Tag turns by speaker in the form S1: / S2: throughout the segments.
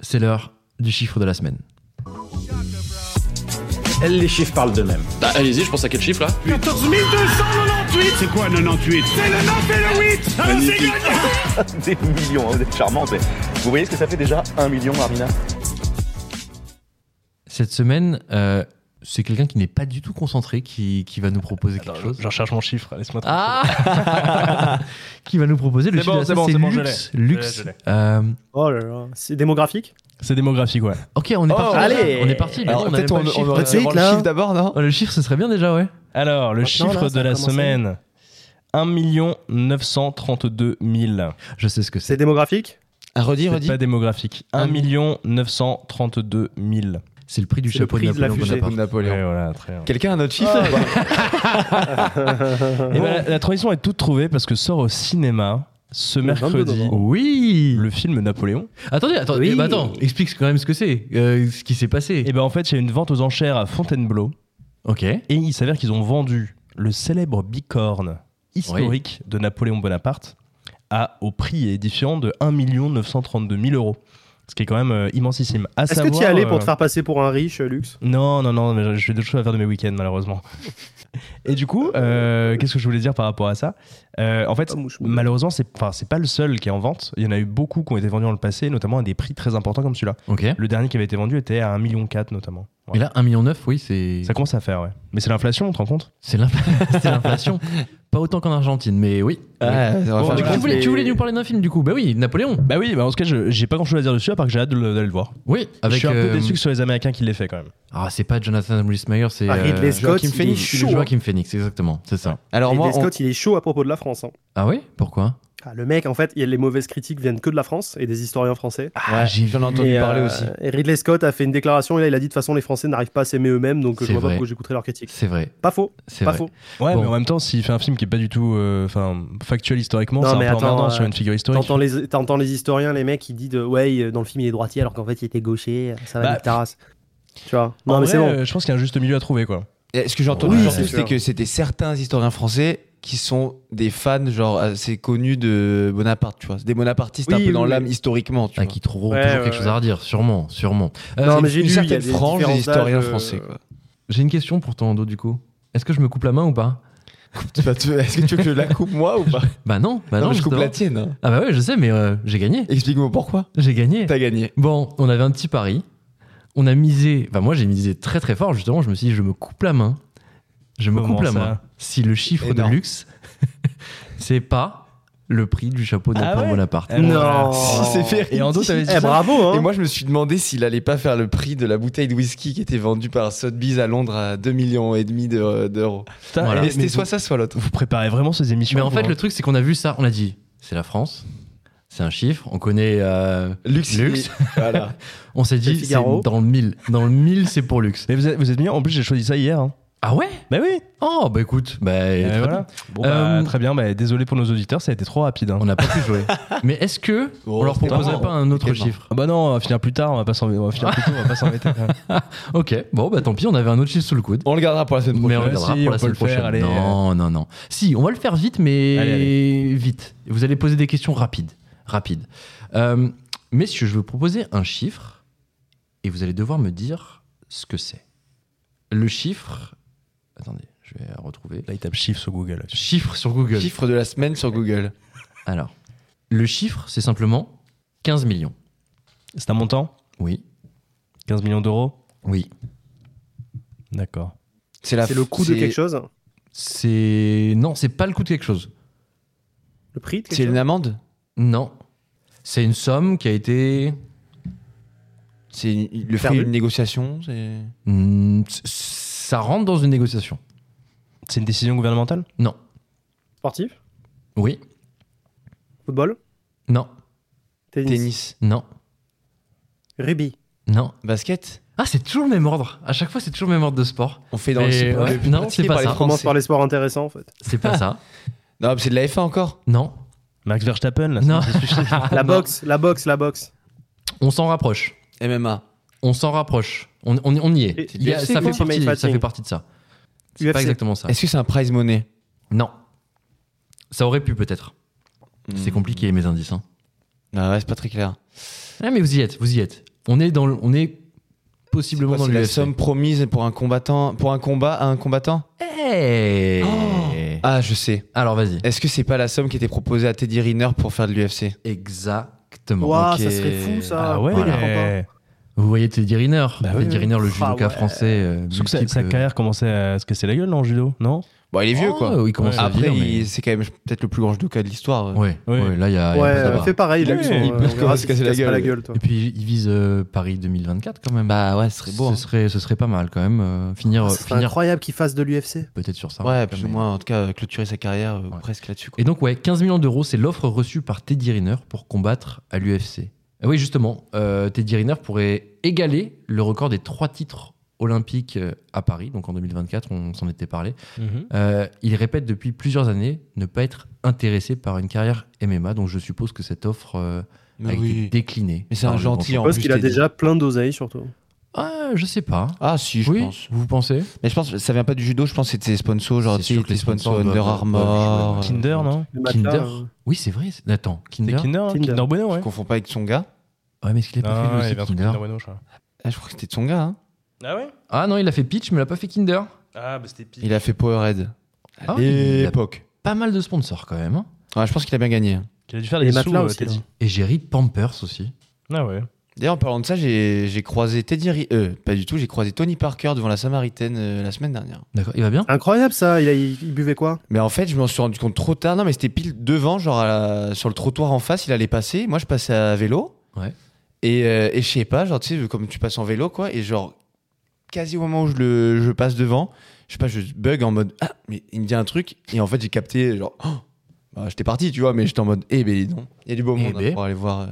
S1: c'est l'heure du chiffre de la semaine.
S2: Les chiffres parlent d'eux-mêmes.
S3: Bah, allez-y, je pense à quel chiffre là
S4: 14 298
S5: C'est quoi 98
S4: C'est le 9 et le 8 Alors c'est gagné
S2: Des millions, hein, vous êtes charmants. mais Vous voyez ce que ça fait déjà Un million, Armina
S1: Cette semaine, euh, c'est quelqu'un qui n'est pas du tout concentré qui, qui va nous proposer quelque
S6: Attends,
S1: chose.
S6: je recherche mon chiffre, laisse-moi tranquille.
S1: Ah Qui va nous proposer le
S6: C'est
S1: chiffre
S6: bon,
S1: de la
S6: c'est
S1: semaine,
S6: bon, c'est bon,
S1: Lux.
S6: je l'ai. Je l'ai,
S1: Lux.
S6: je l'ai.
S1: Euh,
S7: Oh là là, c'est démographique
S6: C'est démographique, ouais.
S1: ok, on est parti.
S7: allez
S1: on est parti.
S8: Alors,
S1: on avait pas
S8: peut-être on,
S1: le
S8: on
S1: chiffre.
S8: aurait
S7: Petite,
S8: dû avoir
S7: là.
S8: le chiffre d'abord, non
S1: Oh, le chiffre, ce serait bien déjà, ouais.
S6: Alors, le
S7: Maintenant, là,
S6: chiffre
S7: ça
S6: de
S7: a
S6: la
S7: commencé.
S6: semaine 1 932 000.
S1: Je sais ce que c'est.
S7: C'est démographique
S8: Ah, redis,
S6: C'est
S8: redis.
S6: pas démographique. 1 932 000.
S1: C'est le prix du
S7: C'est le
S1: chapeau
S7: prix
S1: de
S7: de la
S1: Napoléon
S7: fusée.
S1: Bonaparte.
S6: Ouais,
S8: Napoléon.
S6: voilà, très bien.
S8: Quelqu'un a un autre chiffre
S6: Eh ben, la, la transition est toute trouvée parce que sort au cinéma ce mercredi
S7: novembre.
S1: Oui.
S6: le film Napoléon.
S1: Attendez, attendez,
S7: Oui.
S1: bah attends, explique quand même ce que c'est, euh, ce qui s'est passé.
S6: Et ben en fait, il y a une vente aux enchères à Fontainebleau
S1: Ok.
S6: et il s'avère qu'ils ont vendu le célèbre bicorne historique de Napoléon Bonaparte à au prix édifiant de 1 932 000 euros. Ce qui est quand même euh, immensissime. À
S7: Est-ce que tu y
S6: savoir,
S7: allais pour te
S6: euh,
S7: faire passer pour un riche, euh, Lux
S6: Non, non, non, mais j'ai d'autres choses à faire de mes week-ends, malheureusement. Et du coup, euh, qu'est-ce que je voulais dire par rapport à ça Euh, En fait,
S7: Ah, mouche, mouche.
S6: malheureusement, c'est enfin, c'est pas le seul qui est en vente. Il y en a eu beaucoup qui ont été vendus dans le passé, notamment à des prix très importants comme celui-là.
S1: Ok.
S6: Le dernier qui avait été vendu était à 1,4 million, notamment. Ouais.
S1: Et là, 1,9 million, oui, c'est
S6: Ça commence à faire, ouais. Mais c'est l'inflation, on te rend compte
S1: c'est l'inf- c'est l'inflation. Pas autant qu'en Argentine, mais oui. Euh,
S8: Ouais, ça va
S6: Bon,
S8: faire
S1: Du coup,
S6: du
S8: mal.
S6: coup,
S1: tu, voulais,
S7: c'est-
S1: tu voulais nous parler d'un film, du coup Bah oui, Napoléon.
S6: Bah oui, bah en tout cas, je- j'ai pas grand-chose à dire dessus, à part que j'ai hâte de le- d'aller le voir.
S1: Oui, avec.
S6: je suis un
S1: euh,
S6: peu déçu que ce soit les Américains qui l'aient fait, quand même.
S1: Ah, c'est pas Jonathan Rhys Meyer, c'est.
S7: Ah, Ridley
S1: euh,
S7: Scott, il
S8: Joaquin
S7: est
S8: Phoenix,
S1: le
S7: chaud. hein.
S1: Joaquin Phoenix, exactement, c'est ça.
S8: Alors, moi,
S7: Ridley
S8: on-
S7: Scott, il est chaud à propos de la France. hein.
S1: Ah oui Pourquoi
S7: Ah, le mec, en fait, il y a les mauvaises critiques viennent que de la France et des historiens français.
S1: Ah,
S8: Ouais, j'en ai entendu
S7: Et,
S8: parler
S7: euh,
S8: aussi.
S7: et Ridley Scott a fait une déclaration et là, il a dit de toute façon, les Français n'arrivent pas à s'aimer eux-mêmes, donc euh,
S1: C'est
S7: je vois pas
S1: vrai.
S7: pourquoi j'écouterais leurs critiques.
S1: C'est vrai,
S7: Pas faux,
S1: c'est
S7: pas
S1: vrai.
S7: faux.
S6: Ouais,
S1: Bon.
S6: mais en même temps, s'il fait un film qui est pas du tout euh, enfin, factuel historiquement,
S7: Non,
S6: c'est un peu
S7: mais attends,
S6: emmerdant
S7: euh,
S6: sur une figure historique.
S7: T'entends les, t'entends les historiens, les mecs, qui disent euh, ouais, il- dans le film, il est droitier alors qu'en fait, il était gaucher, euh, ça va
S6: Bah,
S7: nique ta race. Tu vois Non,
S6: En
S7: mais
S6: vrai,
S7: c'est bon.
S6: euh, je pense qu'il y a un juste milieu à trouver, quoi.
S8: Et ce que j'ai entendu
S7: Oui,
S8: surtout,
S7: c'est
S8: c'est
S7: sûr.
S8: que c'était certains historiens français qui sont des fans, genre assez connus de Bonaparte, tu vois. C'est Des bonapartistes un
S7: Oui,
S8: peu dans
S7: oui,
S8: l'âme
S7: oui.
S8: historiquement, tu
S1: Ah,
S8: vois.
S1: qui trouveront
S7: Ouais,
S1: toujours
S7: ouais,
S1: quelque chose à redire, sûrement, sûrement. Euh,
S7: Non,
S1: c'est-
S7: mais j'ai
S8: Une
S7: lu, il y a
S8: certaine
S7: des
S8: frange des
S7: différents
S8: historiens
S7: âges, euh,
S8: français, quoi.
S1: J'ai une question pour ton dos, du coup. Est-ce que je me coupe la main ou pas
S8: Tu vas te- Est-ce que tu veux que je la coupe moi ou pas
S1: Bah non, bah non,
S8: Non, mais je coupe
S1: justement.
S8: la tienne. hein.
S1: Ah bah ouais, je sais, mais euh, j'ai gagné.
S8: Explique-moi pourquoi.
S1: J'ai gagné.
S8: T'as gagné.
S1: Bon, on avait un petit pari. On a misé. Enfin, moi, j'ai misé très très fort, justement. Je me suis dit, je me coupe la main. Je me
S6: Comment
S1: coupe la
S6: ça
S1: main. Si le chiffre
S8: Énorme.
S1: de luxe, c'est pas le prix du chapeau de
S6: Ah
S1: Napoléon
S6: ouais
S1: Bonaparte.
S6: Eh ben, voilà.
S8: Si, c'est fait.
S6: Et Ando, t'avais dit
S7: Eh,
S6: ça
S7: bravo, hein
S8: Et moi, je me suis demandé s'il allait pas faire le prix de la bouteille de whisky qui était vendue par Sotheby's à Londres à 2 millions et demi de- d'euros.
S6: Putain,
S1: Voilà.
S6: mais-
S8: Mais c'était
S6: mais
S8: soit ça, soit l'autre.
S6: vous, vous préparez vraiment ces émissions
S1: Mais en
S6: vous,
S1: fait,
S6: hein.
S1: le truc, c'est qu'on a vu ça. On a dit, c'est la France. C'est un chiffre. On connaît. euh,
S8: Luxe.
S1: Luxe.
S8: Voilà.
S1: on s'est
S7: Le
S1: dit, c'est
S7: Figaro.
S1: dans le 1000. Dans le 1000, c'est pour luxe.
S6: Mais vous êtes, vous êtes mignon. En plus, j'ai choisi ça hier. hein.
S1: Ah ouais
S6: Bah oui.
S1: Oh, bah écoute, bah,
S6: Et
S1: très
S6: voilà.
S1: bien.
S6: Bon, bah,
S1: Euh,
S6: très bien. Bah, désolé pour nos auditeurs, ça a été trop rapide. hein.
S1: on n'a pas pu jouer. Mais est-ce que on
S8: Oh,
S1: leur
S8: c'était
S1: proposerait
S8: marrant.
S1: pas un autre
S8: C'était marrant.
S1: chiffre
S6: Ah bah non, on va finir plus tard. On va pas s'en- on va finir plus tôt. On va pas s'embêter.
S1: Ok, bon, bah tant pis, on avait un autre chiffre sous le coude.
S8: On le gardera pour la semaine
S1: Mais
S8: prochaine.
S1: on
S6: Ouais,
S1: regardera
S6: si,
S1: pour
S6: on
S1: la
S6: peut
S1: semaine
S6: le faire,
S1: prochaine.
S6: allez.
S1: non, non, non. Si, on va le faire vite, mais
S6: Allez,
S1: vite. Vous allez poser des questions rapides. rapides. Euh, messieurs, je vais vous proposer un chiffre et vous allez devoir me dire ce que c'est. Le chiffre. Attendez, je vais retrouver.
S6: Là, il tape chiffre sur Google.
S1: Chiffre sur Google.
S8: Chiffre de la semaine sur Google.
S1: Alors, le chiffre, c'est simplement 15 millions.
S6: C'est un montant
S1: Oui.
S6: 15 millions d'euros
S1: Oui.
S6: D'accord.
S8: la
S7: C'est le coût de
S8: c'est-
S7: quelque chose
S1: C'est. Non, c'est pas le coût de quelque chose.
S7: Le prix de quelque
S8: C'est une
S7: chose
S8: amende
S1: Non. C'est une somme qui a été.
S8: C'est une- le fruit
S7: Perdu.
S8: d'une négociation c'est-
S1: Hmm, c- ça rentre dans une négociation.
S6: C'est une décision gouvernementale
S1: Non.
S7: Sportif
S1: Oui.
S7: Football
S1: Non.
S7: Tennis,
S8: Tennis.
S1: Non.
S7: Rugby
S1: Non.
S8: Basket
S1: Ah, c'est toujours le même ordre. À chaque fois, c'est toujours le même ordre de sport.
S8: On fait dans
S1: Mais,
S8: le
S1: ouais, non, c'est pas ça.
S7: On commence par les sports intéressants en fait.
S1: C'est pas ça.
S8: Non, mais c'est de la F1 encore
S1: Non.
S6: Max Verstappen, là,
S1: Ah, Non.
S6: c'est- c'est-
S7: La boxe, la boxe, la boxe.
S1: On s'en rapproche.
S8: MMA.
S1: On s'en rapproche. On, on- on y est.
S7: Et-
S1: Il y a-
S8: UFC,
S1: ça, fait
S7: quoi
S1: partie,
S7: Ultimate
S1: ça fait
S7: Fighting.
S1: partie de ça. C'est
S7: UFC.
S1: pas exactement ça.
S8: Est-ce que c'est un prize money
S1: Non. Ça aurait pu peut-être.
S8: Hmm.
S1: C'est compliqué mes indices. hein.
S8: Ah ouais, c'est pas très clair.
S1: Ah, mais vous y êtes. Vous y êtes. On est dans, le- on est possiblement dans
S8: Quoi, c'est la
S1: l'UFC.
S8: somme promise pour un combattant, pour un combat à un combattant
S1: Hey
S8: Ah, je sais.
S1: Eh. Alors vas-y.
S8: Est-ce que c'est pas la somme qui était proposée à Teddy Riner pour faire de l'UFC
S1: Exactement.
S7: Waouh,
S8: ok.
S7: ça serait fou ça.
S6: Ah ouais
S7: Je comprends pas.
S1: Vous voyez Teddy Riner,
S6: Bah oui,
S1: Teddy
S6: oui.
S1: Riner, le judoka
S7: Ah ouais.
S1: français. euh,
S6: Sauf que sa,
S1: multiple-
S6: sa carrière commençait à se casser la gueule là, en judo, non
S8: Bon, il est vieux,
S1: Oh,
S8: quoi.
S1: Il commence à
S8: Après,
S1: vieillir, mais-
S8: il- c'est quand même peut-être le plus grand judoka de l'histoire. euh.
S1: Ouais,
S6: Ouais.
S1: ouais, là, Ah, il y a. il y a
S7: Ouais,
S1: pas de
S7: euh,
S1: débat.
S7: fais pareil,
S6: Ouais,
S7: Lux.
S6: il
S7: on-
S8: peut
S7: euh, on verra
S8: se
S7: si tu
S8: casser
S7: te
S8: la
S7: casses pas
S8: gueule.
S7: la gueule, toi.
S1: Et puis, il vise euh, Paris 2024 quand même.
S8: Bah ouais, ce serait beau.
S1: ce,
S8: hein.
S1: serait, ce serait pas mal quand même. euh, finir
S7: C'est
S1: finir
S7: Ah, incroyable qu'il fasse de l'UFC.
S1: peut-être sur ça.
S8: Ouais,
S1: Mais-
S8: plus ou moins, en tout cas, clôturer sa carrière euh,
S1: Ouais.
S8: presque là-dessus. quoi.
S1: Et donc, ouais, 15 millions d'euros, c'est l'offre reçue par Teddy Riner pour combattre à l'UFC. Ah oui, justement, euh, Teddy Riner pourrait égaler le record des trois titres olympiques euh, à Paris. Donc en 2024, on s'en était parlé.
S6: Mm-hmm.
S1: Euh, il répète depuis plusieurs années ne pas être intéressé par une carrière MMA. Donc je suppose que cette offre euh, a
S8: Mais
S1: été
S8: oui.
S1: déclinée.
S8: Mais c'est
S1: par
S8: un
S1: le
S8: gentil
S1: grand
S8: en
S7: Parce
S8: plus,
S7: qu'il a
S8: Teddy.
S7: déjà plein d'oseilles, surtout.
S1: Ah, je sais pas.
S8: Ah si, je
S1: oui,
S8: pense.
S1: vous pensez
S8: Mais je pense que ça vient pas du judo, je pense que c'était des sponsors, genre
S1: C'est
S8: tu sais,
S1: sûr
S8: il
S1: que
S8: était
S1: les sponsors
S8: sponsor Under
S1: doivent- doivent jouer,
S8: Armour.
S1: ouais.
S8: euh,
S6: Kinder, non
S7: Le matin,
S1: Kinder
S7: euh,
S1: Oui, c'est vrai. c'est- Attends, Kinder.
S6: C'est Kinder, hein
S7: Kinder.
S6: Kinder Bueno, ouais.
S8: Tu confonds pas avec Tsonga
S1: Ouais, mais est-ce qu'il a pas
S6: Ah,
S1: fait lui
S6: il y
S1: aussi,
S6: avait un truc
S1: Kinder
S6: Kinder Bueno, je crois.
S8: Ah, je crois que c'était Tsonga. Hein.
S6: Ah ouais
S1: Ah non, il a fait Pitch, mais il a pas fait Kinder.
S6: Ah, bah c'était pire.
S8: Il a fait Powerhead.
S1: Ah
S8: À
S1: oui, il a-
S8: l'époque.
S1: Pas mal de sponsors quand même. hein.
S8: Ouais, je pense qu'il a bien gagné.
S6: Il a dû faire
S7: Les
S6: des sous,
S7: matelas
S6: euh,
S7: aussi,
S6: Teddy.
S1: Et j'ai ri de Pampers aussi.
S6: Ah ouais.
S8: D'ailleurs, en parlant de ça, j'ai j'ai croisé Teddy... Ri- Euh, pas du tout, j'ai croisé Tony Parker devant la Samaritaine euh, la semaine dernière.
S1: D'accord, il va bien
S7: Incroyable ça, il, a- il- il buvait quoi
S8: Mais en fait, je m'en suis rendu compte trop tard. Non, mais c'était pile devant, genre à la- sur le trottoir en face, il allait passer. Moi, je passais à vélo.
S1: Ouais.
S8: Et, euh, et je sais pas, genre, tu sais, comme tu passes en vélo, quoi. Et genre, quasi au moment où je, le, je passe devant, je sais pas, je bug en mode Ah, mais il me dit un truc. Et en fait, j'ai capté, genre, Oh Bah, j'étais parti, tu vois, mais j'étais en mode Eh ben, dis donc, il y a du beau
S1: Eh
S8: monde hein,
S1: ben.
S8: pour aller voir. euh,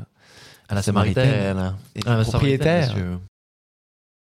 S1: À la
S8: Samaritaine.
S1: Samaritaine.
S8: Et
S1: Ah,
S8: le
S1: la Samaritaine,
S8: propriétaire.
S1: monsieur.